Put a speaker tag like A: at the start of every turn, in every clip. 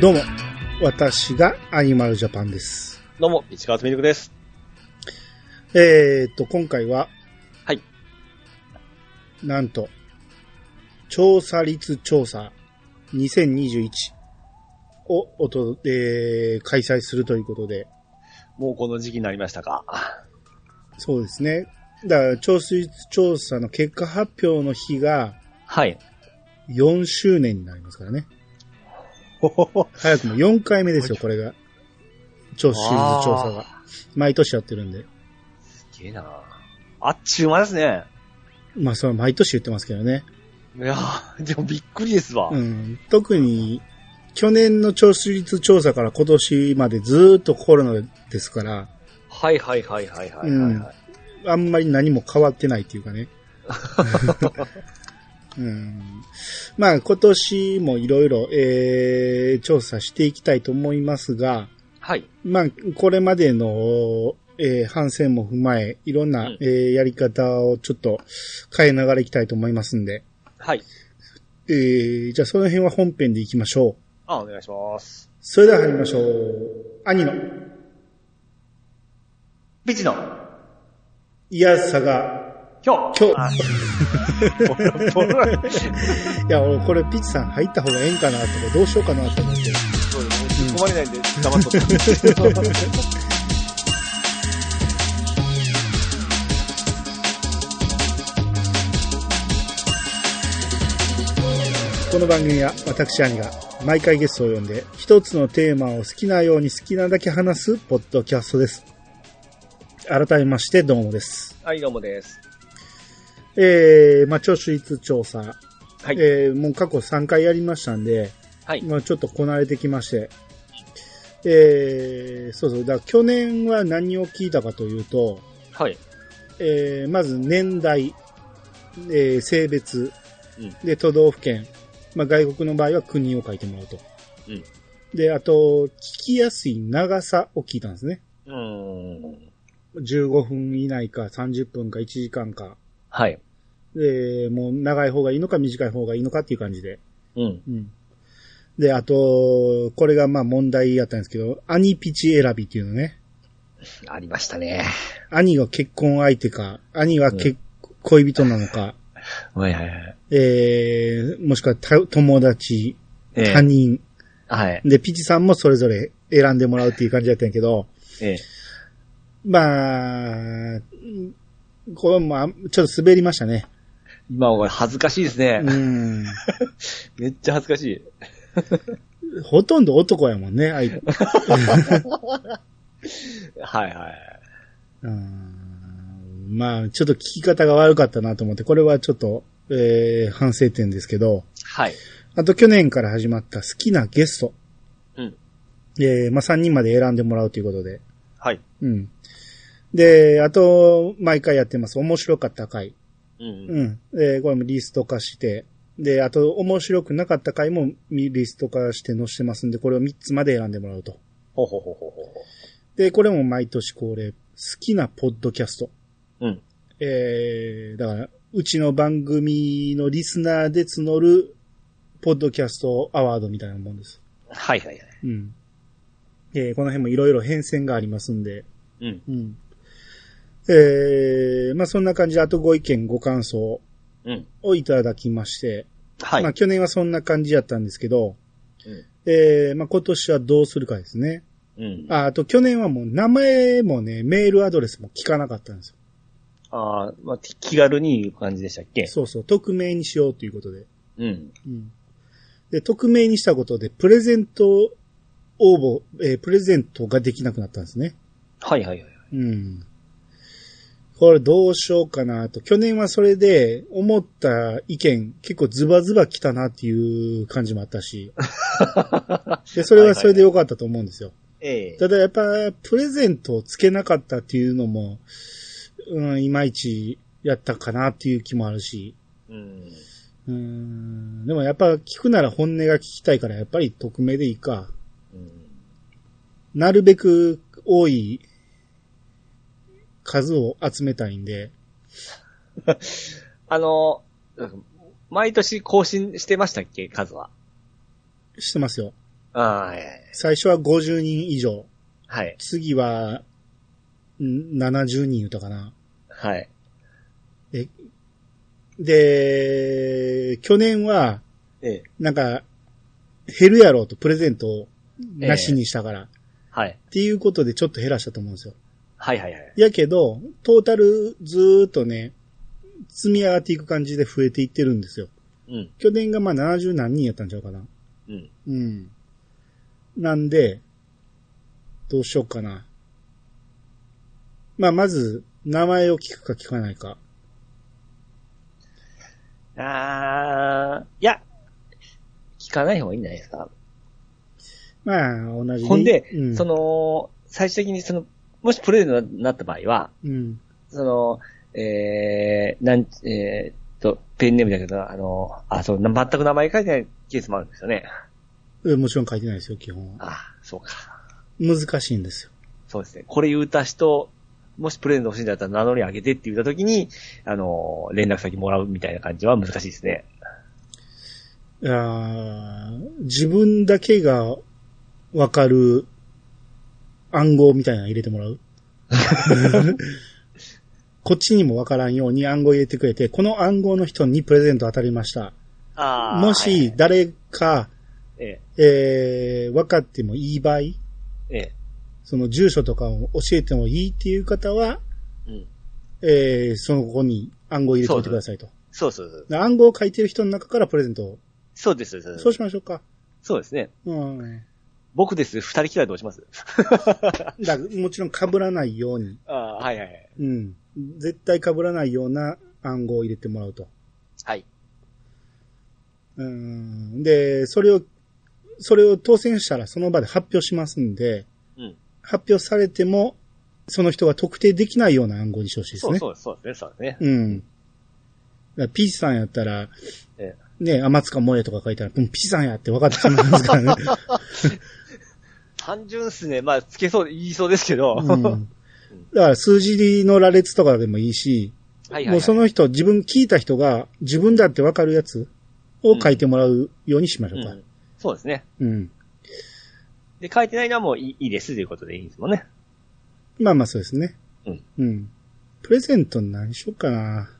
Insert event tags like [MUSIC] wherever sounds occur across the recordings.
A: どうも、私がアニマルジャパンです。
B: どうも、市川つみるくです。
A: えー、っと、今回は、
B: はい。
A: なんと、調査率調査2021をおと、えー、開催するということで、
B: もうこの時期になりましたか。
A: そうですね。だから、調査率調査の結果発表の日が
B: はい。
A: 4周年になりますからね。
B: ほほほ。
A: 早くも4回目ですよ、これが。調査率調査が。毎年やってるんで。
B: すげえなあっちゅう間ですね。
A: まあ、それは毎年言ってますけどね。
B: いやーでもびっくりですわ。
A: うん、特に、去年の調子率調査から今年までずーっとコロナですから、
B: はいはいはいはいはいはい、はい
A: あんまり何も変わってないっていうか
B: [LAUGHS]
A: ね。うん、まあ今年もいろいろ、えー調査していきたいと思いますが、
B: はい。
A: まあこれまでの、えー反省も踏まえ、いろんな、
B: うん
A: えーやり方をちょっと変えながらいきたいと思いますんで、
B: はい。
A: えーじゃあその辺は本編でいきましょう。
B: あ、お願いします。
A: それでは入りましょう。兄の
B: ビチの、
A: いやさが。
B: 今日
A: 今日
B: あ [LAUGHS] ボロボロ
A: いや、俺これピッチさん入った方がええんかなとか、どうしようかなと思って。
B: そうですね突っ込まれないんで、黙っとった。
A: この番組は私兄が毎回ゲストを呼んで、一つのテーマを好きなように好きなだけ話すポッドキャストです。改めましてどうもです。
B: はい、どうもです。
A: えー、まあ、聴取率調査。
B: はい
A: えー、もう過去3回やりましたんで、
B: はい。
A: まあ、ちょっとこなれてきまして。えー、そうそう。だから去年は何を聞いたかというと、
B: はい。
A: えーまず年代、えー性別、
B: うん
A: で、都道府県、まあ、外国の場合は国を書いてもらうと。
B: うん
A: で、あと、聞きやすい長さを聞いたんですね。
B: うーん。
A: 15分以内か30分か1時間か。
B: はい。
A: で、もう長い方がいいのか短い方がいいのかっていう感じで。
B: うん。
A: うん。で、あと、これがまあ問題やったんですけど、兄ピチ選びっていうのね。
B: ありましたね。
A: 兄が結婚相手か、兄は結、恋人なのか。
B: はいはいはい。
A: えー、もしくはた友達、
B: ええ
A: 他人、
B: はい。
A: で、ピチさんもそれぞれ選んでもらうっていう感じだったんやけど、
B: ええ
A: まあ、これもあちょっと滑りましたね。
B: 今、これ恥ずかしいですね
A: う。ん。
B: めっちゃ恥ずかしい。
A: ほとんど男やもんね、
B: [LAUGHS]
A: あい
B: はいはい。
A: うんまあ、ちょっと聞き方が悪かったなと思って、これはちょっと、えー反省点ですけど、
B: はい。
A: あと去年から始まった好きなゲスト。
B: うん。
A: えーまあ3人まで選んでもらうということで。
B: はい。
A: うん。で、あと、毎回やってます。面白かった回。
B: うん。
A: うん。えーこれもリスト化して。で、あと、面白くなかった回もみリスト化して載せてますんで、これを3つまで選んでもらうと。
B: ほうほうほうほうほ
A: で、これも毎年恒例。好きなポッドキャスト。
B: う。うん。
A: えー、だから、うちの番組のリスナーで募る、ポッドキャストアワードみたいなもんです。
B: はいはいはい。
A: うん。えーこの辺もいろいろ変遷がありますんで、
B: うん。
A: うん。えー、まあそんな感じで、あとご意見、ご感想
B: うん。
A: をいただきまして、
B: はい。
A: まあ去年はそんな感じやったんですけど、
B: うん
A: えー、まあ今年はどうするかですね。
B: うん。
A: あ、あと去年はもう名前もね、メールアドレスも聞かなかったんですよ。
B: あーまあ、気軽にいう感じでしたっけ
A: そうそう、匿名にしようということで。
B: うん。
A: うん。で、匿名にしたことで、プレゼント応募、えープレゼントができなくなったんですね。
B: はいはいはい。
A: うん。これどうしようかなと。去年はそれで思った意見結構ズバズバ来たなっていう感じもあったし。で、それはそれで良かったと思うんですよ。
B: ええ
A: ただやっぱ、プレゼントをつけなかったっていうのも、うん、いまいちやったかなっていう気もあるし。
B: うん。
A: うん。でもやっぱ聞くなら本音が聞きたいからやっぱり匿名でいいか。
B: うん。
A: なるべく多い数を集めたいんで。
B: あの、なんか毎年更新してましたっけ数は。
A: してますよ。
B: ああ、はいはい。
A: 最初は50人以上。
B: はい。
A: 次は、ん70人言うたかな。
B: はい。
A: で、去年は、
B: ええ。
A: なんか、減るやろうとプレゼントをなしにしたから、
B: はい。
A: っていうことでちょっと減らしたと思うんですよ。
B: はいはいはい。
A: やけど、トータルずーっとね、積み上がっていく感じで増えていってるんですよ。
B: うん。
A: 去年がまあ70何人やったんちゃうかな。
B: うん。
A: うん。なんで、どうしようかな。まあ、まず、名前を聞くか聞かないか。
B: ああ、いや、聞かない方がいいんじゃないですか。
A: まあ、同じに
B: ほんで、
A: うん、
B: そ、の、最終的にその、もしプレゼントになった場合は、
A: うん。
B: その、えー、なん、えーっと、ペンネームだけど、あの、あ、そう、な全く名前書いてないケースもあるんですよね。
A: えもちろん書いてないですよ、基本は。
B: あそうか。
A: 難しいんですよ。
B: そうですね。これ言うた人、もしプレゼント欲しいんだったら名乗り上げてって言った時に、あの、連絡先もらうみたいな感じは難しいですね。
A: あー自分だけがわかる暗号みたいなの入れてもら
B: [LAUGHS]
A: うこっちにもわからんように暗号入れてくれて、この暗号の人にプレゼント当たりました。
B: あ
A: も
B: あ。はいは
A: し
B: い、
A: 誰か、
B: え
A: えー、分かってもいい場合、
B: え、え
A: その住所とかを教えてもいいっていう方は、
B: え、うん。
A: えー、その子に暗号入れておいてくださいと。
B: そうそうそう。
A: で暗号を書いてる人の中からプレゼントを。
B: そうです。そうです
A: そうしましょうか。
B: そうですね。
A: うん。
B: 僕です。二人きりはどうします
A: だもちろん被らないように、
B: ああ、はいはいはい。
A: うん。絶対被らないような暗号を入れてもらうと。
B: はい。
A: うん。で、それを、それを当選したらその場で発表しますんで、
B: うん。
A: 発表されても、その人が特定できないような暗号にしてほしいです
B: そ
A: ね
B: う。そうそうですね。そうですね。
A: うん。だからピーチさんやったら、
B: え
A: ね、天塚萌えとか書いたら、うん、ピーチさんやって分かってしまいますからね。
B: [LAUGHS] 単純っすね。まあ、つけそう、言いそうですけど。 [LAUGHS]
A: うん、だから数字の羅列とかでもいいし、
B: はいはい、はい。
A: もうその人、自分、聞いた人が自分だって分かるやつを書いてもらうようにしましょうか
B: う。ん、そうですね。
A: うん。
B: で、書いてないのはもういいいいですということでいいんですもんね。
A: まあまあそうですね。
B: うん。
A: うん。プレゼント何しようかな。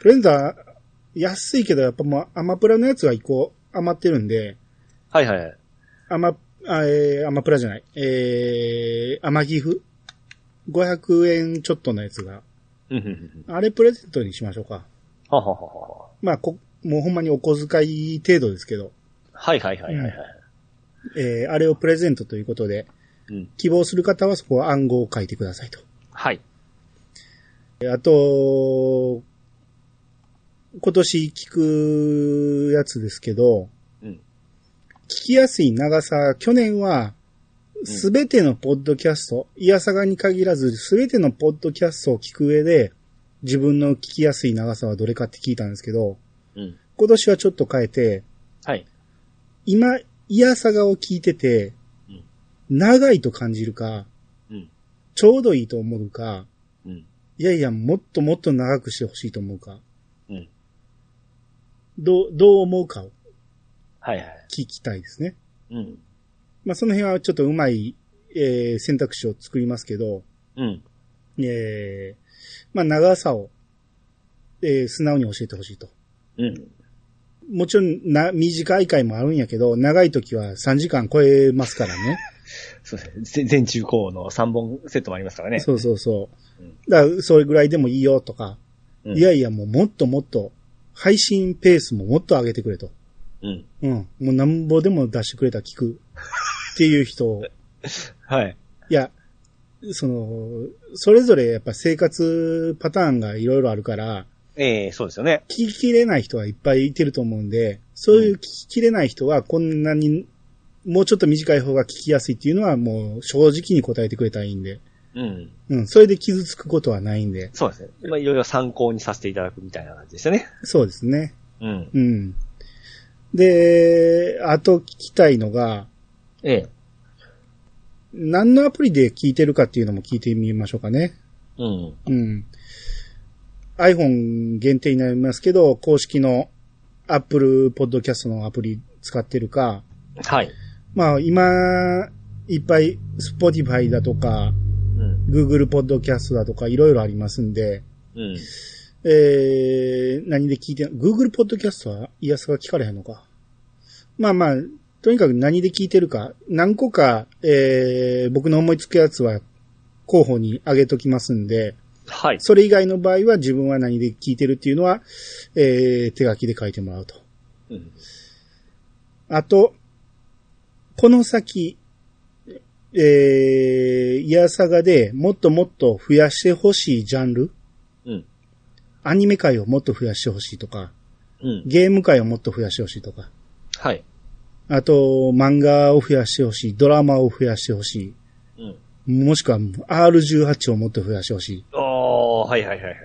A: プレゼントは安いけど、やっぱもうアマプラのやつが一個余ってるんで、
B: はいはいはい。
A: アマ、あえーアマプラじゃない。えー、アマギフ ?500 円ちょっとのやつが。
B: うんうんうんうん。
A: あれプレゼントにしましょうか。
B: ははははは。
A: まあ、こ、もうほんまにお小遣い程度ですけど、
B: はいはいはいはいはい。
A: えー、あれをプレゼントということで、
B: うん。
A: 希望する方はそこは暗号を書いてくださいと。
B: はい。
A: えーあと、今年聞くやつですけど、
B: うん。
A: 聞きやすい長さ、去年は、すべてのポッドキャスト、いやさがに限らず、すべてのポッドキャストを聞く上で、自分の聞きやすい長さはどれかって聞いたんですけど、
B: うん。
A: 今年はちょっと変えて、
B: はい。
A: 今、いやさがを聞いてて
B: うん、
A: 長いと感じるか、
B: うん。
A: ちょうどいいと思うか、
B: うん。
A: いやいや、もっともっと長くしてほしいと思うか、
B: うん。
A: どう、どう思うかを
B: はいはい。
A: 聞きたいですね。
B: うん。
A: まあ、その辺はちょっとうまい、えー選択肢を作りますけど、
B: うん。
A: ええまあ長さを、えー素直に教えてほしいと。
B: うん。
A: もちろん、な、短い回もあるんやけど、長い時は3時間超えますからね。
B: そうですね。全中高の3本セットもあります [LAUGHS] からね。
A: そうそうそう
B: うん。
A: だから、それぐらいでもいいよとか、
B: うん
A: いやいや、もうもっともっと、配信ペースももっと上げてくれと。
B: うん。
A: うん。もうなんぼでも出してくれたら聞く。っていう人 [LAUGHS] を、
B: はい。
A: いや、その、それぞれやっぱ生活パターンがいろいろあるから、
B: ええそうですよね。
A: 聞ききれない人はいっぱいいてると思うんで、そういう聞ききれない人はこんなに、もうちょっと短い方が聞きやすいっていうのはもう正直に答えてくれたらいいんで。
B: うん。
A: うん、それで傷つくことはないんで。
B: そうですね。まあ、いろいろ参考にさせていただくみたいな感じでしたね。
A: そうですね。
B: うん。
A: うん。で、あと聞きたいのが、
B: ええ。
A: 何のアプリで聞いてるかっていうのも聞いてみましょうかね。
B: うん。
A: うん。iPhone 限定になりますけど、公式の Apple Podcast のアプリ使ってるか、
B: はい。
A: まあ今、いっぱい Spotify だとか、
B: うん。
A: Google Podcast だとかいろいろありますんで、
B: うん。
A: えー、何で聞いて、Google Podcast はイヤスが聞かれへんのか。まあまあ、とにかく何で聞いてるか、何個か、えー、僕の思いつくやつは候補に上げときますんで、
B: はい。
A: それ以外の場合は自分は何で聞いてるっていうのは、えー、手書きで書いてもらうと。
B: うん。
A: あと、この先、えー、イヤサガでもっともっと増やしてほしいジャンル、
B: うん。
A: アニメ界をもっと増やしてほしいとか、
B: うん。
A: ゲーム界をもっと増やしてほしいとか、
B: はい。
A: あと、漫画を増やしてほしい、ドラマを増やしてほし
B: うん。
A: い、もしくは R18 をもっと増やしてほしい。
B: ああ、はいはいはいはい。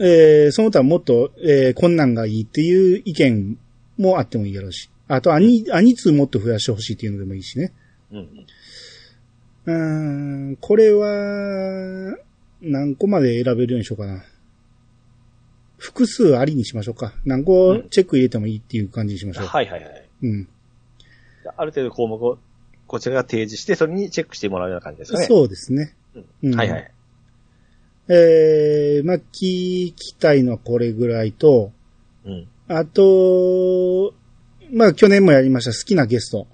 A: えー、その他もっと、えー、こんなんがいいっていう意見もあってもいいやろうし。あと、アニ、アニツもっと増やしてほしいっていうのでもいいしね。
B: うん。
A: うーん、これは、何個まで選べるようにしようかな。複数ありにしましょうか。何個チェック入れてもいいっていう感じにしましょう。
B: はいはいはい。
A: うん。
B: ある程度項目をこちらが提示して、それにチェックしてもらうような感じですかね。
A: そうですね。
B: う
A: うん
B: はいはい。
A: えー、まあ、聞きたいのはこれぐらいと、
B: うん。
A: あと、まあ、去年もやりました好きなゲスト。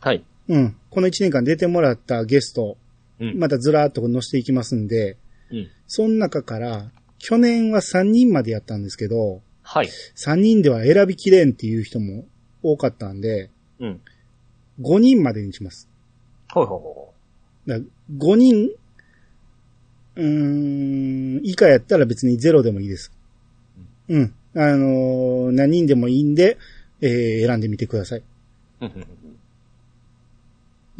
B: はい。
A: うん。この1年間出てもらったゲスト、
B: うん。
A: またずらーっと載せていきますんで、
B: うん。
A: その中から、去年は3人までやったんですけど、
B: はい。
A: 3人では選びきれんっていう人も多かったんで、
B: うん。
A: 5人までにします。
B: ほいほいほ
A: だ5人、うーん、以下やったら別にゼロでもいいです。うん。あのー何人でもいいんで、えー選んでみてください。
B: い。うんうんうん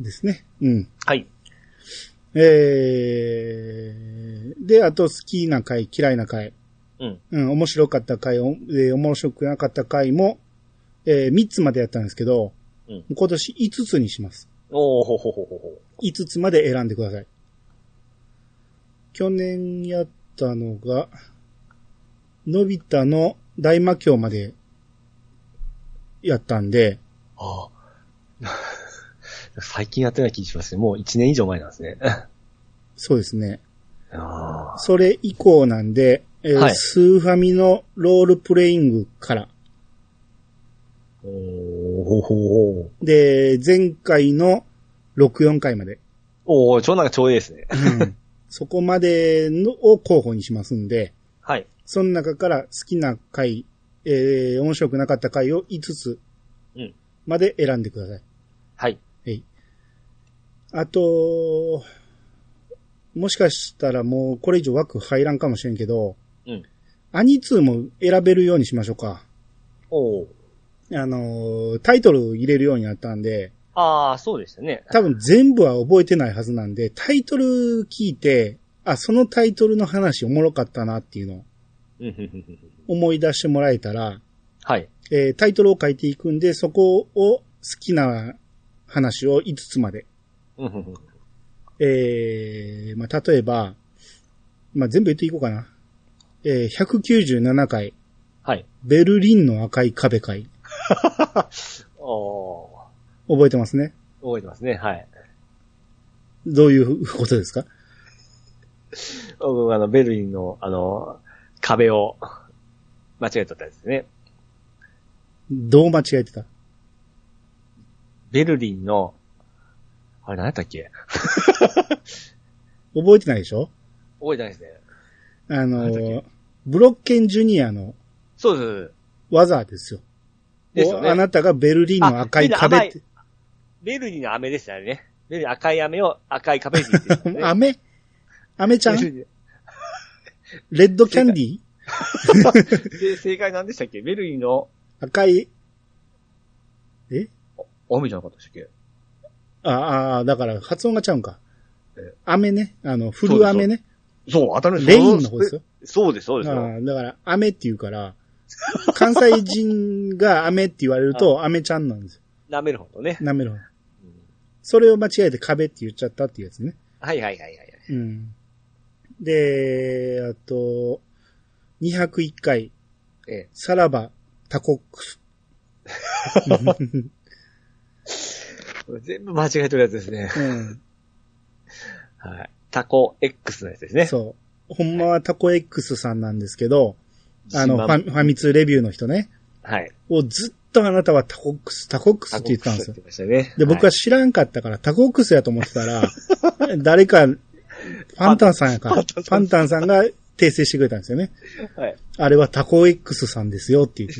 A: ですね。うん。
B: はい。
A: えー、で、あと好きな回、嫌いな回、
B: うん。
A: うん、面白かった回、おえー面白くなかった回も、え3つまでやったんですけど、
B: うん
A: 今年5つにします。
B: おーほうほうほうほうほ
A: 5つまで選んでください。去年やったのが、のび太の大魔教までやったんで、
B: う。ああ。 [LAUGHS] 最近やってない気がしますね。もう1年以上前なんです [LAUGHS] ね。
A: そうですね。
B: ああ。
A: それ以降なんで、えー
B: はい
A: スーファミのロールプレイングから、
B: おーほうほうほう。
A: で、前回の64回まで、
B: おお、超なんか超いいですね。
A: うん [LAUGHS] そこまでのを候補にしますんで、
B: はい。
A: その中から好きな回、えー面白くなかった回を5つ
B: うん
A: まで選んでください。
B: はい。
A: はい。あと、もしかしたらもうこれ以上枠入らんかもしれんけど、
B: うん。
A: アニツーも選べるようにしましょうか。
B: おお。
A: あのータイトル入れるようになったんで、
B: ああ、そうでしたね。
A: 多分全部は覚えてないはずなんで、タイトル聞いて、あ、そのタイトルの話おもろかったなっていうのを
B: うんうんうんうん
A: 思い出してもらえたら、
B: はい。
A: えータイトルを書いていくんで、そこを好きな話を5つまで。
B: うんうんうん
A: えーまあ、例えば、まあ、全部言っていこうかな。えー、197回、
B: はい。
A: ベルリンの赤い壁会。
B: おお。
A: 覚えてますね。
B: 覚えてますね。はい。
A: どういうことですか
B: 僕あの、ベルリンの、あの、壁を間違えとったやつですね。
A: どう間違えてた
B: ベルリンの、あれ何やったっけ
A: 覚えてないでしょ
B: 覚えてないですね。
A: あの
B: なんだっけ
A: ー、ブロッケンジュニアの
B: そうです。
A: 技ですよ。
B: ですよね
A: おあなたがベルリンの赤い壁って、
B: ベルリンの飴でしたよね。ベルリン赤い飴を赤い壁に言ってたん [LAUGHS] ですね。
A: 飴飴ちゃん
B: ベルリン
A: レッドキャンディー
B: で正解何でしたっけベルリンの
A: 赤い、え
B: 飴じゃなかったでしたっけ
A: ああ、だから発音がちゃうんか
B: え。
A: 飴ね。あの、フル飴ね。
B: そう、当たる
A: レインの方ですよ。
B: そうです、そうです。
A: ああだから、飴って言うから、関西人が飴って言われると、飴ちゃんなんですよ。
B: 舐めるほどね。
A: なめろ。
B: うん
A: それを間違えて壁って言っちゃったっていうやつね。
B: はいはいはいはい。
A: うん。で、あと、201回、
B: ええ
A: さらば、タコックス。
B: 全部間違えてるやつですね。
A: うん。
B: はい。タコ X のやつですね。
A: そう。ほんまはタコ X さんなんですけど、あの、フ
B: 島
A: ァファミ通レビューの人ね。
B: はい。
A: をずっとあなたはタコックス、タコックスって言ってたんですよ
B: タ。コ X って言ってました
A: で、
B: ね。
A: 僕は知らんかったから、タコックスやと思ってた [LAUGHS] ら、誰か、パンタンさんやから、パンタンさんが訂正してくれたんですよね。
B: はい、はい。
A: あれはタコ X さんですよっていう。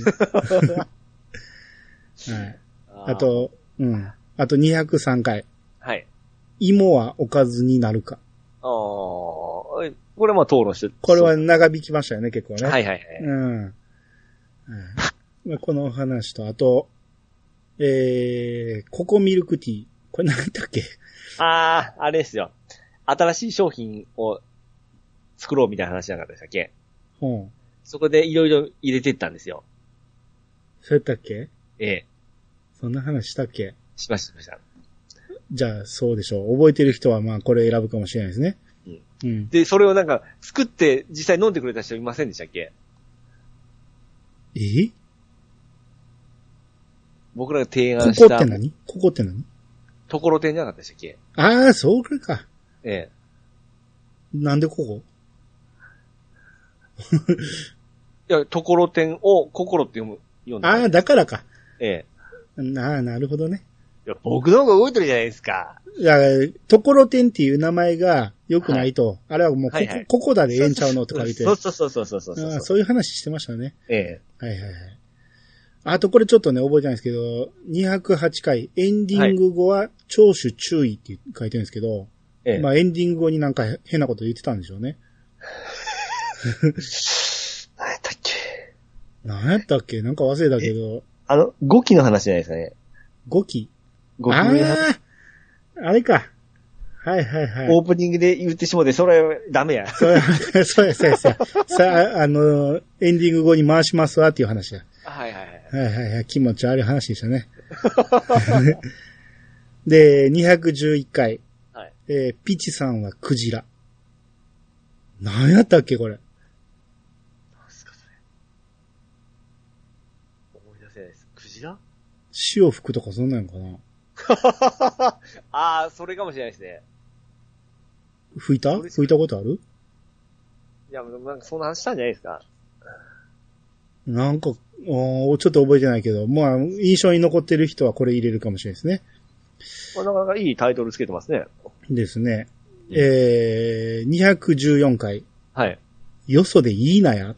A: はい。 [LAUGHS] あ
B: ー、
A: と、うん。あと203回。
B: はい。
A: 芋はおかずになるか。
B: ああ、これはまあ討論して。
A: これは長引きましたよね、結構ね。
B: はいはいはい。
A: うん。はいまあこの話と、あと、えー、ココミルクティー。これ何だっけ
B: ああ、あれですよ。新しい商品を作ろうみたいな話じゃなかったでしたっけ
A: うん。
B: そこでいろいろ入れてったんですよ。
A: そうやったっけ
B: ええ。
A: そんな話したっけ
B: しましたしました。
A: じゃあ、そうでしょう。覚えてる人は、まあ、これ選ぶかもしれないですね。うん。
B: で、それをなんか作って実際飲んでくれた人いませんでしたっけ
A: え
B: 僕らが提
A: こ
B: 案し
A: こったて何ここって何
B: ところてんじゃなかったでしたっけ
A: ああ、そうこれか。
B: ええ。
A: なんでここ
B: いや、ところてんを心って読む、読ん
A: ああ、
B: だ。
A: だからか。
B: ええ。
A: ああ、なるほどね。
B: いや、僕の方が動いてるじゃないですか。
A: だから、ところてんっていう名前が良くないと、あれはもうここ、
B: はいはい
A: ここだでええんちゃうのとか言って、
B: そうそうそうそうそうそう
A: あ
B: そう
A: あそういう話してましたね。
B: ええ。
A: はいはいはい。あとこれちょっとね、覚えてないんですけど、208回、エンディング後は聴取注意って書いてるんですけど、
B: ええ。
A: まあエンディング後になんか変なこと言ってたんでしょうね。
B: 何やったっけ
A: なんやったっけなんか忘れたけど、
B: あの、5期の話じゃないですかね。
A: 5期。あ
B: 5期目の話
A: あーあれか。はいはいは
B: オ
A: い。
B: ープニングで言ってしもうて、それはダメや。
A: そう [LAUGHS] や、そうや、そうや、そうや。さあ、あの、エンディング後に回しますわっていう話や。
B: はいはいはい。
A: はいはいはい、気持ち悪い話でした
B: [LAUGHS]
A: ね。で、211回。
B: はい
A: えーピチさんはクジラ。何やったっけ、これ。
B: 思い出せないです。クジラ
A: 潮吹くとかそんなんかな
B: あ [LAUGHS] あ、それかもしれないですね。
A: 吹いた
B: そうです
A: 吹いたことある
B: いや、なんかそんな話したんじゃないですか。
A: なんか、おーちょっと覚えてないけど、まあ、印象に残ってる人はこれ入れるかもしれないですね。
B: これなかなかいいタイトルつけてますね。
A: ですね。えー、214回。
B: はい。
A: よそでいいなや。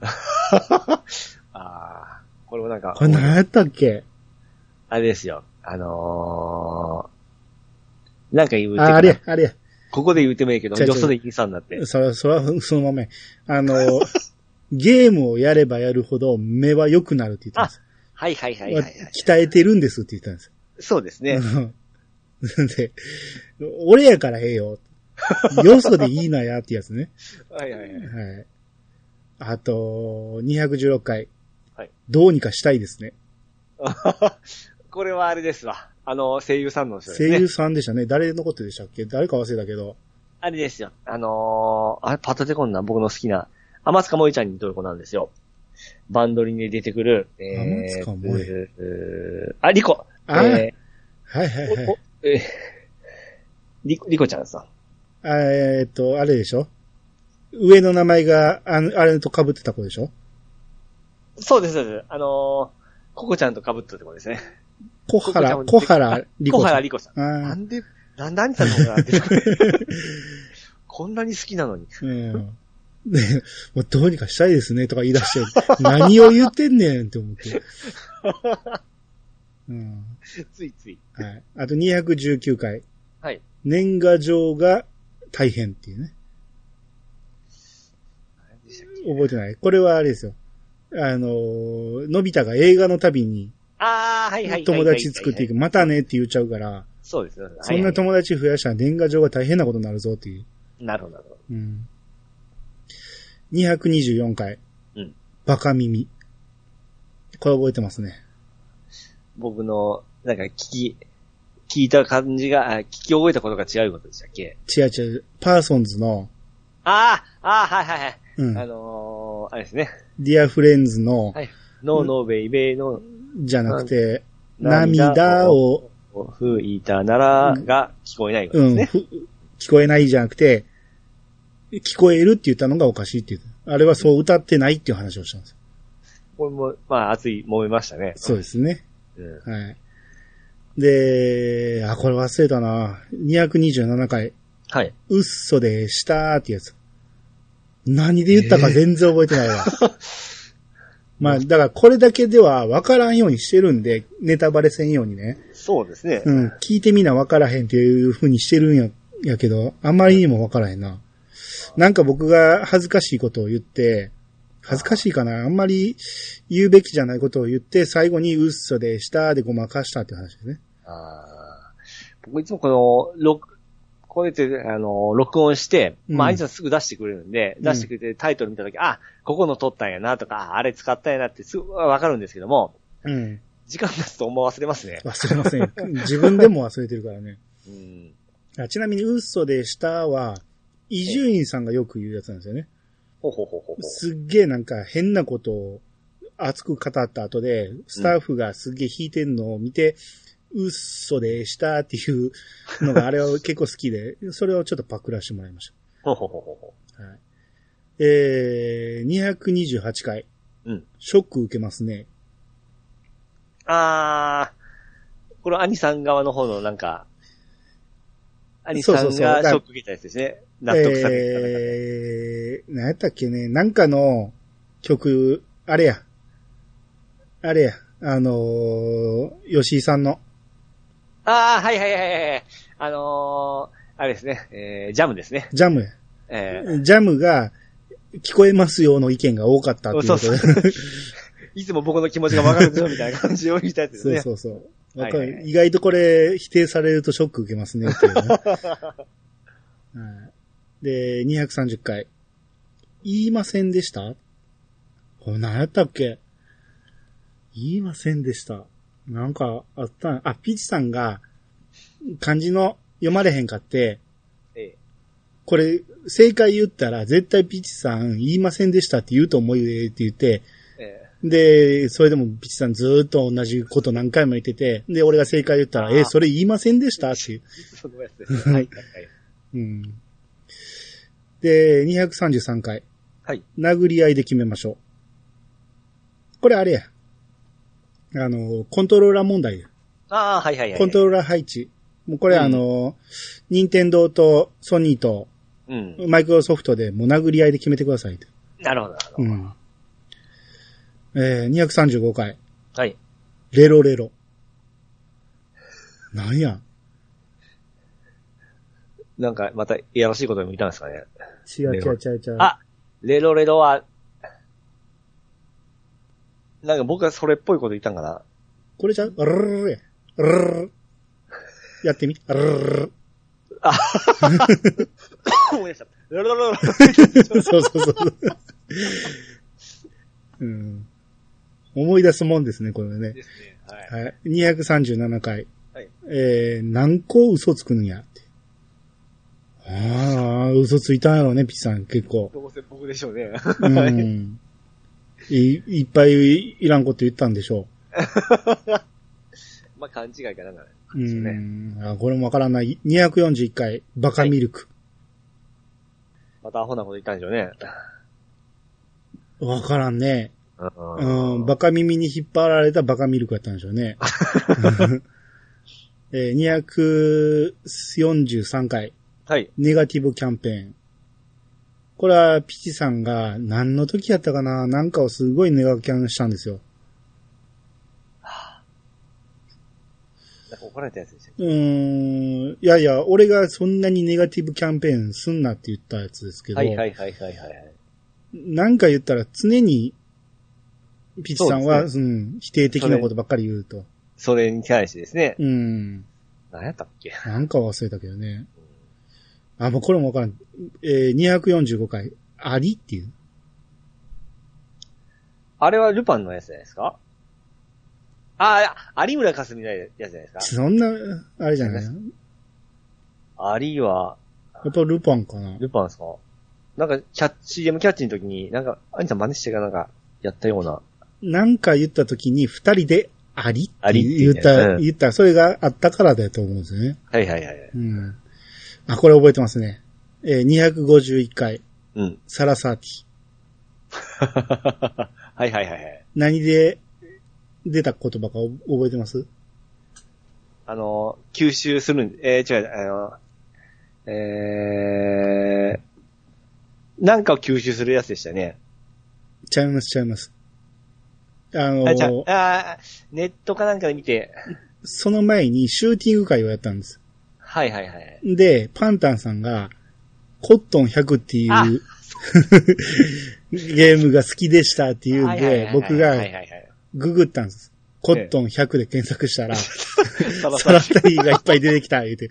B: ああ、これもなんか
A: こ、れ何やったっけ
B: あれですよ。あのー、なんか言うて
A: あ、あれや、あれや。
B: ここで言うてもいいけど、
A: 違う違う
B: よそでいいさんだって。
A: そら、そら、そのままやあ
B: [LAUGHS]
A: の、ゲームをやればやるほど目は良くなるって言ったんです。
B: はいはいはいはい、はい。
A: 鍛えてるんですって言ったんです。
B: そうですね。
A: うん [LAUGHS] で、俺やからええよ。よそでいいなやってやつね。
B: はいはいはい。
A: はい。あと、216回。
B: はい
A: どうにかしたいですね。
B: これはあれですわ。あの、声優さんの人ですね。
A: 声優さんでしたね。誰のことでしたっけ誰か忘れたけど。
B: あれですよ。あのー、あれ、パタテコンな、僕の好きな、天塚萌ちゃんにとる子なんですよ。バンドリンで出てくる、
A: 天
B: えー、
A: 塚萌
B: えーあ、リコ
A: あー
B: え
A: はいはい
B: ー
A: は
B: お
A: い
B: お。えーリコ、リコちゃんさん。
A: あえーっと、あれでしょ上の名前が、あのあれと被ってた子でしょ
B: そうです、そうです。あのー、ココちゃんと被ったってことですね。
A: 小原、小原莉
B: コ
A: 子
B: コ
A: さ
B: 原
A: ん。
B: リコさん。な
A: あー
B: んで、なんで兄さんの方が出てくる
A: [LAUGHS]
B: こんなに好きなのに。
A: うん。 [LAUGHS] で、もうどうにかしたいですねとか言い出して、何を言ってんねんって思
B: [LAUGHS]
A: って。うん。
B: ついつい。
A: はい。あと219回。
B: はい。
A: 年賀状が大変っていうね。
B: 何でしたっけ
A: 覚えてない。これはあれですよ。あのーのび太が映画の旅に
B: あー、はいはいはいはい
A: 友達作っていく。。またねって言っちゃうから、
B: そうです。そうです
A: そんな
B: はいは
A: 友達増やしたら年賀状が大変なことになるぞっていう。
B: いなるほど、なるほど。
A: うん。224回。
B: うん
A: バカ耳。これ覚えてますね。
B: 僕の、なんか聞き、聞いた感じが、あ聞き覚えたことが違うことでしたっけ
A: 違う違う。パーソンズの、
B: ああ、ああ、はいはいはい。
A: うん。
B: あのー、あれですね。
A: ディアフレンズの、
B: はいノーノーベイベイの
A: じゃなくて、
B: 涙
A: 涙を
B: 吹いたならが聞こえないわけです
A: うん、
B: ね。
A: ふ聞こえないじゃなくて、聞こえるって言ったのがおかしいっていう。あれはそう歌ってないっていう話をしたんですよ。
B: これも、まあ、熱い、揉めましたね。
A: そうですね。
B: うん。
A: はい。で、あ、これ忘れたな。227回。
B: はい。
A: うっそでしたーってやつ。何で言ったか全然覚えてないわ。 [LAUGHS] まあ、だからこれだけでは分からんようにしてるんで、ネタバレせんようにね。
B: そうですね。
A: うん、聞いてみな分からへんっていう風にしてるんや、やけど、あまりにも分からへんな。なんか僕が恥ずかしいことを言って、恥ずかしいかなあんまり言うべきじゃないことを言って、最後にうっそでしたーでごまかしたって話ですね。
B: あー僕いつもこの、録、こうやって、あの、録音して、まあ、
A: うん
B: 兄さんすぐ出してくれるんで、
A: ん
B: 出してくれてタイトル見たとき、あ、ここの撮ったんやなとか、ああれ使ったんやなってすぐわかるんですけども、
A: うん。
B: 時間経つと思わ忘れますね。
A: 忘れませ [LAUGHS] んよ。自分でも忘れてるからね。
B: うん。
A: あちなみに、ウッソでしたは、伊集院さんがよく言うやつなんですよね。
B: ほうほうほうほうほう。
A: すっげえなんか変なことを熱く語った後で、スタッフがすっげえ弾いてんのを見て、ウッソでしたっていうのが、あれは結構好きで、それをちょっとパクらしてもらいまし
B: ほうほうほうほうほ
A: た。はい、えー、228回。
B: う。うん。
A: ショック受けますね。
B: あー、これ兄さん側の方のなんか、兄さん
A: そうそ
B: が
A: う
B: シ
A: そう
B: ョック受けたやつですね。納得されたなんか。
A: えー、何やったっけね、なんかの曲、あれや。あれや。あのー、吉井さんの。
B: あー、はいはいはいはいはい。あのー、あれですね、えー、ジャムですね。
A: ジャムや。
B: えー
A: ジャムが、聞こえますよの意見が多かったっていうことで。
B: そうそう [LAUGHS] いつも僕の気持ちがわかるでしょみたいな感じを言いたやつです
A: そう
B: ね。
A: そうそう。
B: はいはいはい
A: 意外とこれ、否定されるとショック受けますねっていう
B: [LAUGHS]
A: ね、はいで、230回。言いませんでしたこれ何やったっけ言いませんでした。なんかあったんあ、ピチさんが、漢字の読まれへんかって、
B: え
A: これ、正解言ったら、絶対ピチさん言いませんでしたって言うと思うよって言って、
B: ええ
A: で、それでもピチさんずーっと同じこと何回も言ってて、で、俺が正解言ったら、
B: あー
A: え、それ言いませんでしたっていう。
B: えそのやつですね。
A: [LAUGHS]
B: はいはいはい。
A: うん。で、233回。
B: はい。
A: 殴り合いで決めましょう。これあれや。あの、コントローラー問題や。
B: ああ、はいはいはい。
A: コントローラー配置。もうこれ
B: うん
A: あの、任天堂とソニーと
B: うん。
A: マイクロソフトでもう殴り合いで決めてくださいと。
B: なるほどなるほ
A: う
B: ど。
A: ん。えー、235回。
B: はい。
A: レロレロ。なんや。
B: なんか、また、いやらしいことでもいたんですかね。
A: 違う
B: レロ
A: 違う違う違う。
B: あレロレロは、なんか僕がそれっぽいこと言ったんかな。 [LAUGHS]
A: これじゃう、あるるるや。あるるるやってみ。あるるる
B: 思い出した。レロレロ。
A: そうそうそう。うん。思い出すもんですね、これね。
B: ですね。はい。
A: はい。237回。
B: はい
A: えー、何個嘘つくんやって。ああ、嘘ついたんやろうね、ピッチさん、結
B: [LAUGHS]
A: 構。
B: どうせ僕でしょうね。
A: うん。いいっぱいいらんこと言ったんでしょう。
B: [LAUGHS] まあ、勘違いかなんかね。
A: う
B: ですね
A: ん。あこれもわからない。241回、バカミルク。
B: またアホなこと言ったんでしょうね。
A: わ、からんね。
B: う
A: うん。バカ耳に引っ張られたバカミルクやったんでしょうね。
B: [LAUGHS]
A: えー、243回、
B: はい。
A: ネガティブキャンペーン。これは、ピチさんが何の時やったかななんかをすごいネガキャンしたんですよ。
B: なんか怒られたやつでしたっけ
A: うーん。いやいや、俺がそんなにネガティブキャンペーンすんなって言ったやつですけど。
B: はいはいはいはいはい。
A: なんか言ったら常に、ピッチさんは、うん、否定的なことばっかり言うと。
B: それに対してですね。
A: うん。
B: 何やったっけ
A: なんか忘れたけどね。あ、もうこれもわからん。えー、245回、ありっていう。
B: あれはルパンのやつじゃないですかああ、有村架純のやつじゃないですか
A: そんな、あれじゃないや
B: ありは、
A: っぱルパンかな。
B: ルパンですかなんか、キャッチ、CM キャッチの時に、なんか、兄さん真似してがなんか、やったような。
A: なんか言った時に二人で、ありっ
B: あ
A: て
B: りってい
A: 言
B: う
A: っ
B: ね
A: た、
B: うん
A: 言った、それがあったからだと思うんですよね。
B: はいはいはい。
A: うん。あ、これ覚えてますね。えー251回、
B: うん。 [LAUGHS]
A: サラサーティ。
B: はいはいはいはい。
A: 何で出た言葉かお覚えてます
B: あの、吸収するん、えー、違う、あの、えー、なんかを吸収するやつでしたね。
A: ちゃいます、ちゃいます。あの
B: あ、じゃ
A: ー、
B: あ、あーネットかなんかで見て、
A: その前にシューティング会をやったんです。
B: はいはいはい。
A: で、パンタンさんが、コットン100ってい
B: あ
A: うゲームが好きでしたっていうん
B: はいはいはいは
A: で
B: い、
A: 僕
B: はいは
A: が
B: いはい。
A: [LAUGHS] ググったんです。コットン100で検索したら、
B: そ
A: サ
B: らそ
A: ラ
B: ら
A: タリがいっぱい出てきた、言う
B: [LAUGHS]
A: て。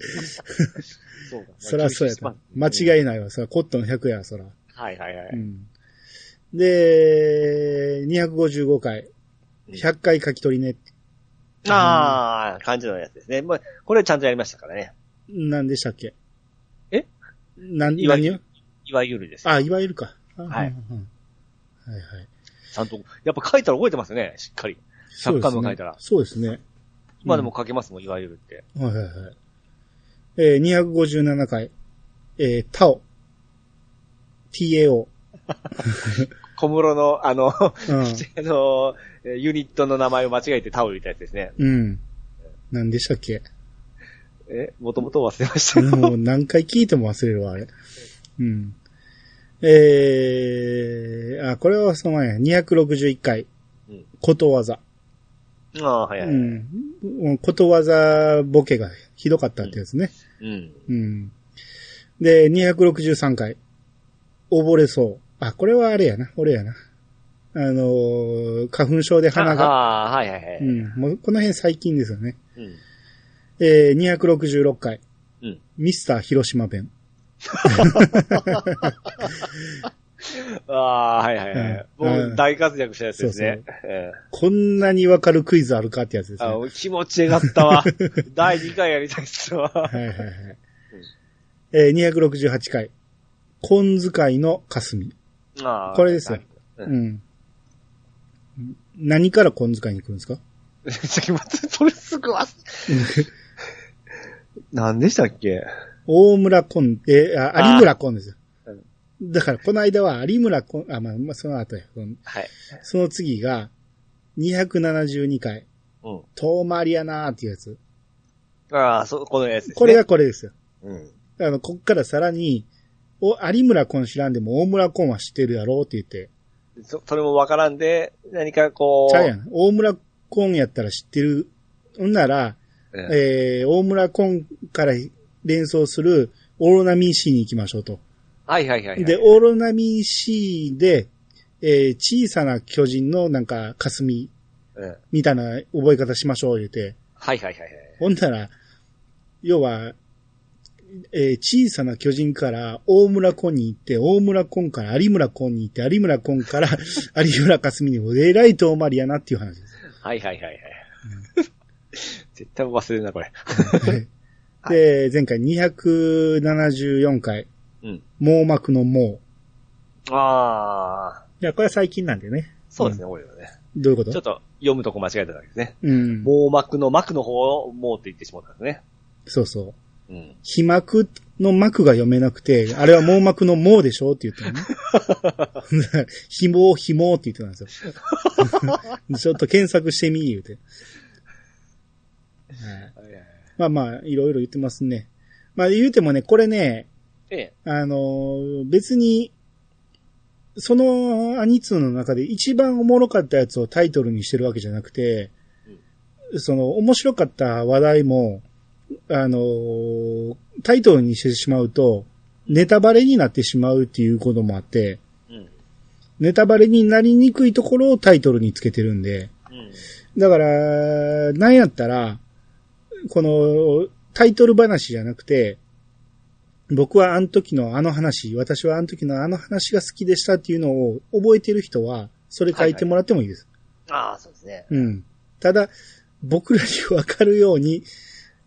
B: そうだ
A: そらそうやった。間
B: い。
A: 違いないわ。そら、コットン100や、そら。
B: はいはいは
A: う
B: い。
A: ん。で、255回。100回書き取りね。
B: ああ、感じのやつですね。まあ、これちゃんとやりましたからね。
A: 何でしたっけ
B: え
A: なん、
B: いわゆ
A: 何
B: る
A: よ
B: いわゆるですよ。
A: あ、いわゆるか。あ
B: はい
A: うんうんうんはいはい。
B: ちゃんと、やっぱ書いたら覚えてますね、しっかり。100回も書いたら
A: そうですね。
B: 今でも書けますもん、いわゆるって。
A: はいはいはい。えー、257回。えー、タオ。TAO。
B: 小室の、 [LAUGHS] あの、あ
A: う
B: の、ユニットの名前を間違えてタオル入れたやつですね。
A: ん。うん。何でしたっけ
B: え、もともと忘れましたよ。
A: もう何回聞いても忘れるわ、あれ。うん。えー、あ、これはその前や、261回
B: うん。
A: ことわざ。
B: あ [LAUGHS] あ、はいうはい。うん。
A: ん。うんことわざボケがひどかったってやつね。うん。で、263回。溺れそう。あ、これはあれやな。俺やな。あのー花粉症で鼻が。
B: ああ、はいはいはい。
A: う
B: うん。
A: ん。もうこの辺最近ですよね。えー、266回。
B: うん
A: ミスター広島弁。
B: ああ、はいはいはい。
A: うんう
B: 僕
A: ん、
B: 大活躍したやつですね。うん
A: こんなにわかるクイズあるかってやつですね。
B: あ
A: は
B: ー気持ちよかった [LAUGHS] わ。第2回やりたいっすわ。
A: いはいはい。えー、268回。根遣いの霞。
B: あー
A: これですよ。
B: うん
A: うん。何から根遣いに来るんですか
B: めっちゃ待って、それすぐ忘 [LAUGHS] れ。何でしたっけ
A: 大村コン、えーあ、
B: あー
A: 有村コンですよ
B: う。
A: だから、この間は有村コン、あ、まあ、まあ、その後や。うん
B: はい。
A: その次が、272回、
B: うん。
A: 遠回りやなーっていうやつ。
B: ああ、そう、このやつですね。
A: これがこれですよ。
B: うん。
A: あの、こっからさらに、お、有村コン知らんでも大村コンは知ってるやろうって言って、
B: そ、それもわからんで、何かこう。
A: ちゃうやん。大村コンやったら知ってる。んなら、
B: うん
A: えー、大村コンから連想するオロナミン C に行きましょうと。
B: はいはいはいはい。
A: で、オーロナミン C で、えー小さな巨人のなんか霞
B: うん。はい
A: みたいな覚え方しましょう言うて。
B: はいはいはい。
A: ほんなら、要は、えー小さな巨人から大村コンに行って、大村コンから有村コンに行って、有村コンから
B: [LAUGHS]
A: 有村霞にも、えらい遠回りやなっていう話です。
B: はいはいはいはい。 [LAUGHS] 絶対忘れるな、これ。 [LAUGHS]
A: はいで、前回274回、
B: うん。
A: 網膜の網。
B: ああ、
A: いや、これは最近なんでね。
B: そうですね、俺はね。
A: どういうこと
B: ちょっと読むとこ間違えただけですね。
A: うん。
B: 網膜の膜の方を網って言ってしまったんですね。
A: そうそう。
B: うん。
A: 飛膜の膜が読めなくて、あれは網膜の網でしょって言ったのね。 [LAUGHS] 紐を紐って言ってたんですよ。ちょっと検索してみ、言うて。はい
B: はいはいはい
A: まあまあ、いろいろ言ってますね。まあ言うてもね、これね、
B: ええ。
A: あのー別に、そのアニツーの中で一番おもろかったやつをタイトルにしてるわけじゃなくて、その面白かった話題も、あのータイトルにしてしまうと、ネタバレになってしまうっていうこともあって、
B: うん。
A: ネタバレになりにくいところをタイトルにつけてるんで、
B: うん。
A: だから、なんやったら、この、タイトル話じゃなくて、僕はあの時のあの話、私はあの時のあの話が好きでしたっていうのを覚えてる人は、それ書いてもらってもいいです。
B: ああ、そうですね。
A: うん。ただ、僕らにわかるように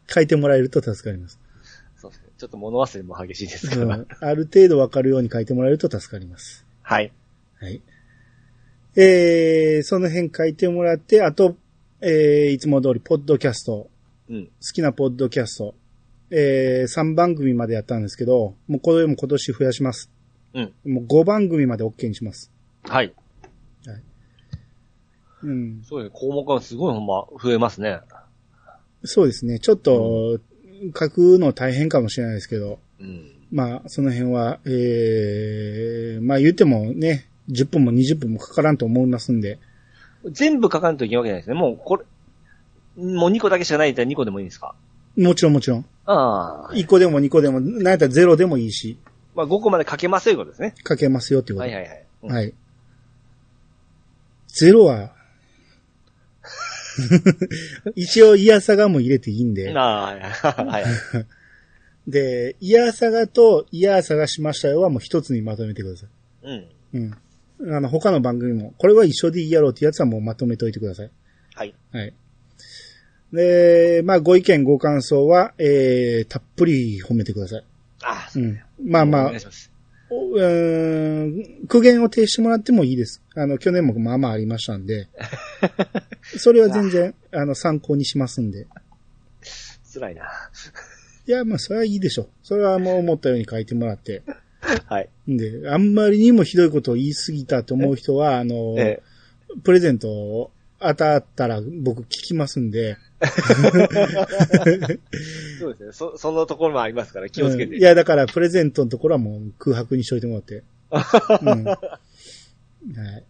A: 書いてもらえると助かります。
B: そうですね。ちょっと物忘れも激しいですか
A: う
B: [LAUGHS] ら。
A: ん、ある程度わかるように書いてもらえると助かります。
B: はい。
A: はい。えー、その辺書いてもらって、あと、えーいつも通り、ポッドキャスト、
B: うん。
A: 好きなポッドキャスト、え3番組までやったんですけど、もうこれも今年増やします。
B: うん。
A: もう5番組まで OK にします。
B: はい。
A: うん。
B: そうですね。項目がすごいほんま増えますね。
A: そうですね。ちょっと、書くの大変かもしれないですけど、
B: うん。
A: まあ、その辺は、えーまあ言ってもね、10分も20分もかからんと思いますんで、
B: 全部書かんといけないわけじゃないですね。もうこれ、もう2個だけしかないんだったら2個でもいいんですか
A: もちろんもちろん。
B: ああ。
A: 1個でも2個でも、なんやったら0でもいいし、
B: まあ5個まで書けますということですね。
A: 書けますよっていうこと
B: はい
A: で。
B: はいはい。うん
A: はい。ゼロは、 [LAUGHS] 一応、イヤサガも入れていいんで。
B: ああ、はい。
A: で、イヤサガとイヤサガしましたよはもう一つにまとめてくださ
B: うん。
A: い。うん。あの、他の番組も、これは一緒でいいやろうってやつはもうまとめておいてください。
B: はい。
A: はい。で、まあ、ご意見、ご感想は、えー、たっぷり褒めてください。
B: ああ、
A: うん。まあま
B: お
A: あ
B: 願い、します。
A: おうーん苦言を呈してもらってもいいです。あの、去年もまあまあありましたん
B: [LAUGHS]
A: で。それは全然、あの、参考にしますんで。
B: 辛いな。
A: いや、まあ、それはいいでしょう。それはもう思ったように書いてもらって。
B: はい。
A: んで、あんまりにもひどいことを言いすぎたと思う人は、あの、
B: え
A: プレゼントを当たったら僕聞きますんで。
B: えそうですね。そ、そのところもありますから気をつけて。
A: うんいや、だから、プレゼントのところはもう空白にしといてもらって。うんはい。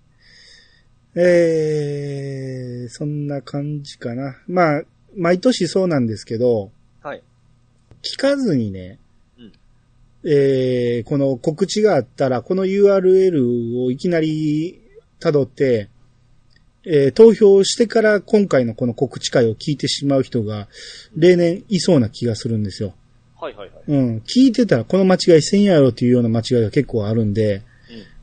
A: えー、そんな感じかな。まあ、毎年そうなんですけど、
B: はい。
A: 聞かずにね、
B: うん
A: えー、この告知があったら、この URL をいきなり辿って、えー投票してから今回のこの告知会を聞いてしまう人が、例年いそうな気がするんですよ。
B: はいはいはい。
A: うん、聞いてたらこの間違いせんやろっていうような間違いが結構あるんで、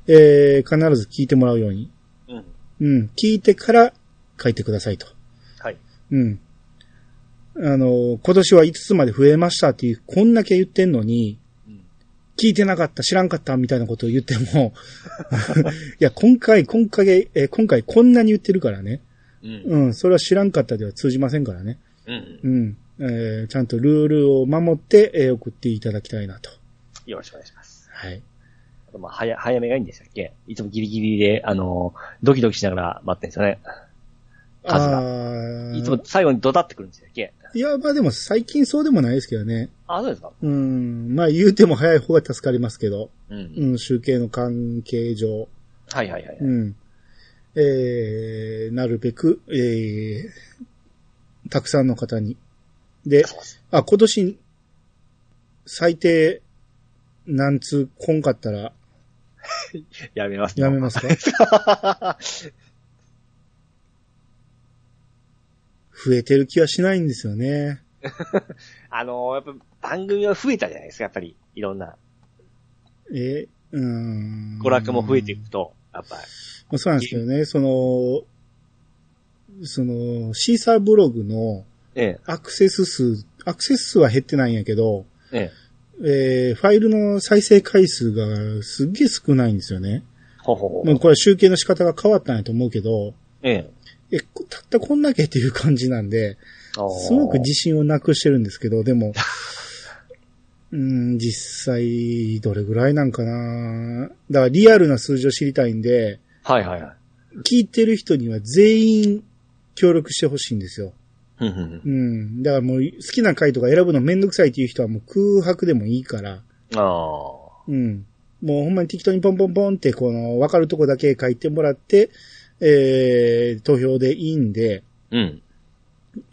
A: えー、必ず聞いてもらうように。
B: うん。うん。
A: うん、聞いてから書いてくださいと。
B: はい。
A: うん。あの、今年は5つまで増えましたっていう、こんだけ言ってんのに、
B: うん
A: 聞いてなかった、知らんかったみたいなことを言って [LAUGHS] も、いや、今回、今回、えー今回こんなに言ってるからね。
B: うん。
A: うん、それは知らんかったでは通じませんからね。
B: うん。
A: うん。えーちゃんとルールを守って、えー送っていただきたいなと。
B: よろしくお願いします。
A: はい。
B: あとまあ、早、早めがいいんでしたっけいつもギリギリで、あのー、ドキドキしながら待ってるんですよね。数が
A: が
B: いつも最後にドタってくるんですよ、け
A: いや、まあでも最近そうでもないですけどね。
B: あ、そうですか。
A: うん。まあ言うても早い方が助かりますけど。
B: うん。
A: うん、集計の関係上。
B: はいはいはい。
A: うん。えー、なるべく、えー、たくさんの方に。で、
B: そうです
A: あ、今年、最低、何通来んかったら、
B: やめます、
A: やめ
B: [LAUGHS]
A: ますか増えてる気はしないんですよね。
B: あのー、やっぱ番組は増えたじゃないですか、やっぱり。いろんな。
A: えうーん。
B: 娯楽も増えていくと、やっぱり。
A: まあそうなんですけどね、その、その、シーサーブログの
B: ええ、
A: アクセス数、アクセス数は減ってないんやけど、
B: ええ。
A: えー、ファイルの再生回数がすっげえ少ないんですよね。
B: ほうほうほう。
A: まあ、これは集計の仕方が変わったんやと思うけど、
B: ええ。
A: え、こたったこんだけっていう感じなんで、
B: あー
A: すごく自信をなくしてるんですけど、で
B: [LAUGHS]
A: も、うーん、実際、どれぐらいなんかなだからリアルな数字を知りたいんで、
B: はいはいはい。
A: 聞いてる人には全員協力してほしいんですよ。
B: うんうんうん
A: うん。だからもう好きな回とか選ぶのめんどくさいっていう人はもう空白でもいいから、
B: ああ。
A: うん。もうほんまに適当にポンポンポンってこの分かるとこだけ書いてもらって、えー、投票でいいんで、
B: うん。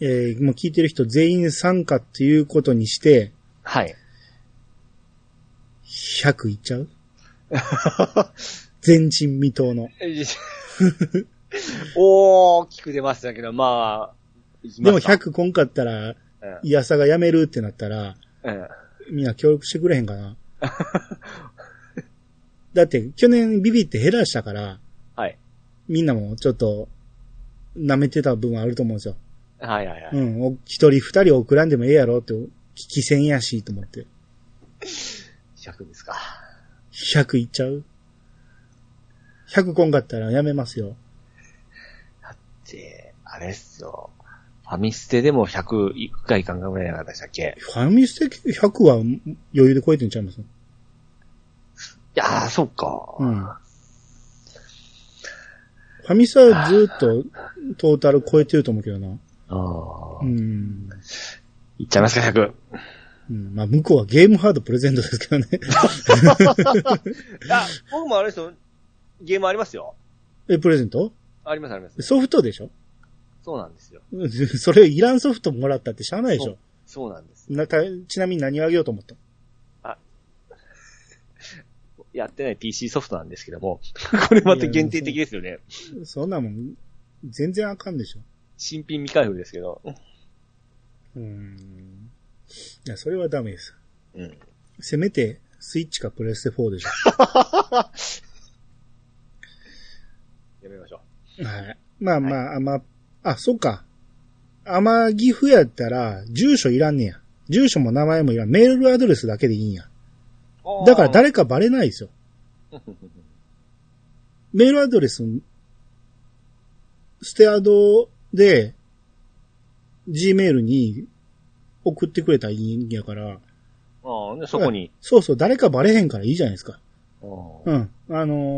A: えー、もう聞いてる人全員参加っていうことにして、 [LAUGHS]
B: はい。
A: 100いっちゃう前人未到の。
B: [LAUGHS] 大きく出ましたけど、まあ、いき
A: で
B: ま
A: も
B: すか。
A: 100こんかったら、
B: うん
A: いやさがやめるってなったら、
B: うん
A: みんな協力してくれへんかな。 [LAUGHS] だって、去年ビビって減らしたから、
B: はい。
A: みんなもちょっと、舐めてた部分あると思うんですよ。
B: はいはいは
A: う
B: い。
A: ん。お一人二人送らんでもええやろって、聞き戦やし、と思って。
B: 100ですか。
A: 100いっちゃう ?100 こんかったらやめますよ。
B: で、ああれっすよ。ファミステでも100いくかいかんかぐらいなかったでしたっけ
A: ファミステ100は余裕で超えてんちゃいます
B: いやー、そっか。
A: うん。ファミスはずっとトータル超えてると思うけどな。
B: あ
A: う
B: ー
A: ん。
B: いっちゃいますか、100。
A: うん、まあ、向こうはゲームハードプレゼントですけどね。 [LAUGHS]
B: あ、僕もあれですよ。ゲームありますよ。
A: え、プレゼント
B: あります、あります。
A: ソフトでしょ [LAUGHS]
B: そうなんですよ。
A: それいらんソフトもらったってしゃあないでしょ。
B: そうなんです。
A: なたちなみに何をあげようと思った
B: やってない PC ソフトなんですけども、 [LAUGHS] これまた限定的ですよね。
A: そんなもん、全然あかんでしょ。
B: 新品未開封ですけど。
A: うん。いや、それはダメです。
B: うん。
A: せめて、スイッチかプレステ4でしょ。
B: やめましょう。
A: はい。まあまあ、あま、あ、そっか。あま岐阜やったら、住所いらんねや。住所も名前もいらん。メールアドレスだけでいいんや。だから
B: [LAUGHS]
A: 誰かバレないですよ。メールアドレス、ステアドで、Gmail に送ってくれたらいいんやから。
B: ああ、でそこに。
A: そうそう、誰かバレへんからいいじゃないですか。
B: う
A: う
B: ん
A: ん。あのー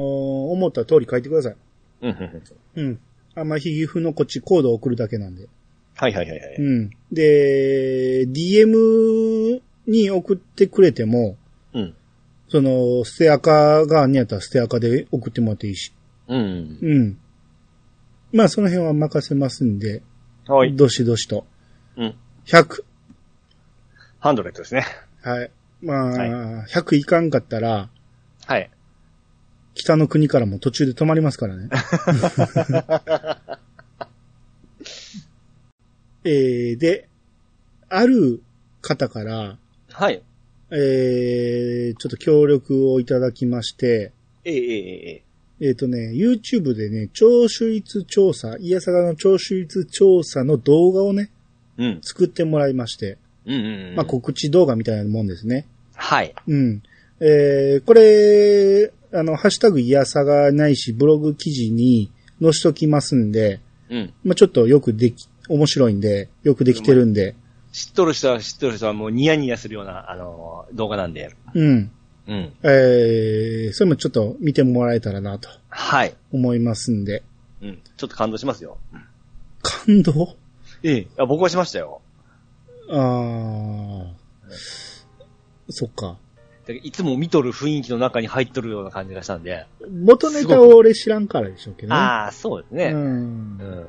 A: 思った通り書いてください。
B: うんうん
A: うん。あんまひぎふのこっちコードを送るだけなんで。
B: はいはいはいは
A: う
B: い。
A: ん。で、DM に送ってくれても、
B: うん。
A: その、捨てアカがあんねやったら捨てアカで送ってもらっていいし。
B: うん。
A: うん。まあ、その辺は任せますんで、
B: はい。
A: どしどしと。
B: うん。
A: 100。
B: ハンドレットですね。
A: はい。まあ、
B: は
A: 100いかんかったら、
B: はい。
A: 北の国からも途中で止まりますから
B: [LAUGHS]
A: ね。えー、で、ある方から、
B: はい。
A: えー、ちょっと協力をいただきまして、
B: ええええええ。
A: えっ、とね、YouTube でね、聴取率調査、イヤサガの聴取率調査の動画をね、
B: うん。
A: 作ってもらいまして、
B: うんうんうん。
A: まあ、告知動画みたいなもんですね。
B: はい。
A: うん。えー、これ、あの、ハッシュタグイヤサガないし、ブログ記事に載しときますんで、
B: うん。
A: まあ、ちょっとよくでき、面白いんで、よくできてるんで、
B: 知っとる人は知っとる人はもうニヤニヤするような、あのー、動画なんで。
A: うん。
B: うん。
A: えー、それもちょっと見てもらえたらなと
B: はい。
A: 思いますんで、
B: うん。ちょっと感動しますよ。
A: 感動
B: ええ。あ僕はしましたよ。
A: ああ。そっか。
B: だからいつも見とる雰囲気の中に入っとるような感じがしたんで。
A: 元ネタを俺知らんからでしょうけどね。
B: ああ、そうです
A: う
B: ね。
A: ん
B: う。ん。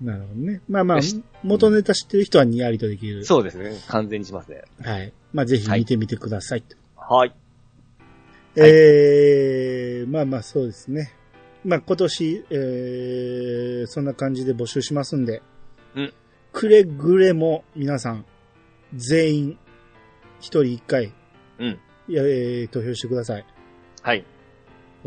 A: なるほどね。まあまあ
B: よし、
A: 元ネタ知ってる人はニヤリとできる。
B: そうですね。完全にしますね。
A: はい。まあぜひ見てみてください。
B: はい。はい
A: えー、まあまあそうですね。まあ今年、えー、そんな感じで募集しますんで。
B: うん
A: くれぐれも皆さん、全員、一人一回、
B: うん。
A: いやえー投票してください。
B: はい。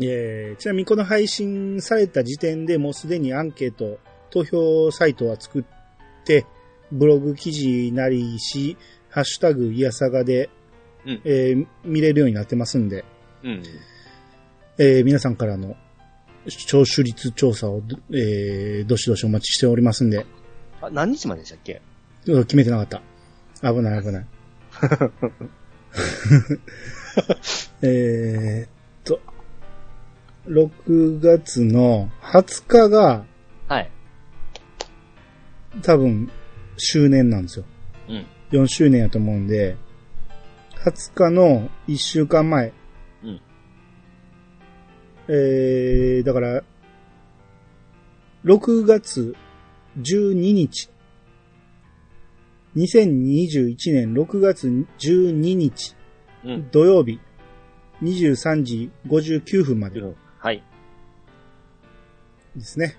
A: えーちなみにこの配信された時点でもうすでにアンケート、投票サイトは作って、ブログ記事なりし、ハッシュタグいやさがで、
B: うん
A: えー見れるようになってますんで、
B: うん。
A: えー皆さんからの聴取率調査をど、えーどしどしお待ちしておりますんで、
B: あ何日まででしたっけ
A: うん決めてなかった。危ない危ない。えーっと、6月の20日が
B: はい。
A: 多分周年なんですよ。
B: うん。
A: 4周年やと思うんで、20日の1週間前。
B: うん
A: えー、だから、6月12日。2021年6月12日
B: うん。
A: 土曜日23時59分まで
B: はい。
A: ですね。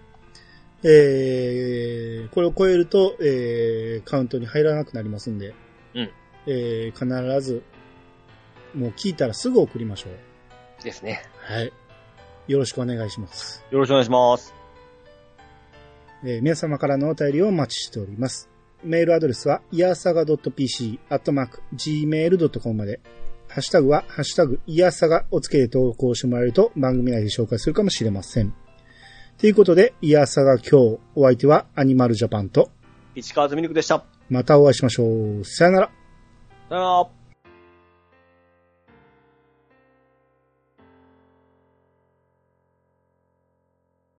A: えー、これを超えると、えー、カウントに入らなくなりますんで、
B: うん
A: えー、必ず、もう聞いたらすぐ送りましょう。
B: ですね。
A: はい。よろしくお願いします。
B: よろしくお願いします。
A: えー、皆様からのお便りをお待ちしております。メールアドレスは、いやさが .pc、アットマーク、gmail.com まで。ハッシュタグは、ハッシュタグ、いやさがをつけて投稿してもらえると番組内で紹介するかもしれません。ということで、いやさが今日、お相手はアニマルジャパンと、
B: 市川ズミルクでした。さ
A: またお会いしましょう。さよなら。
B: よなら。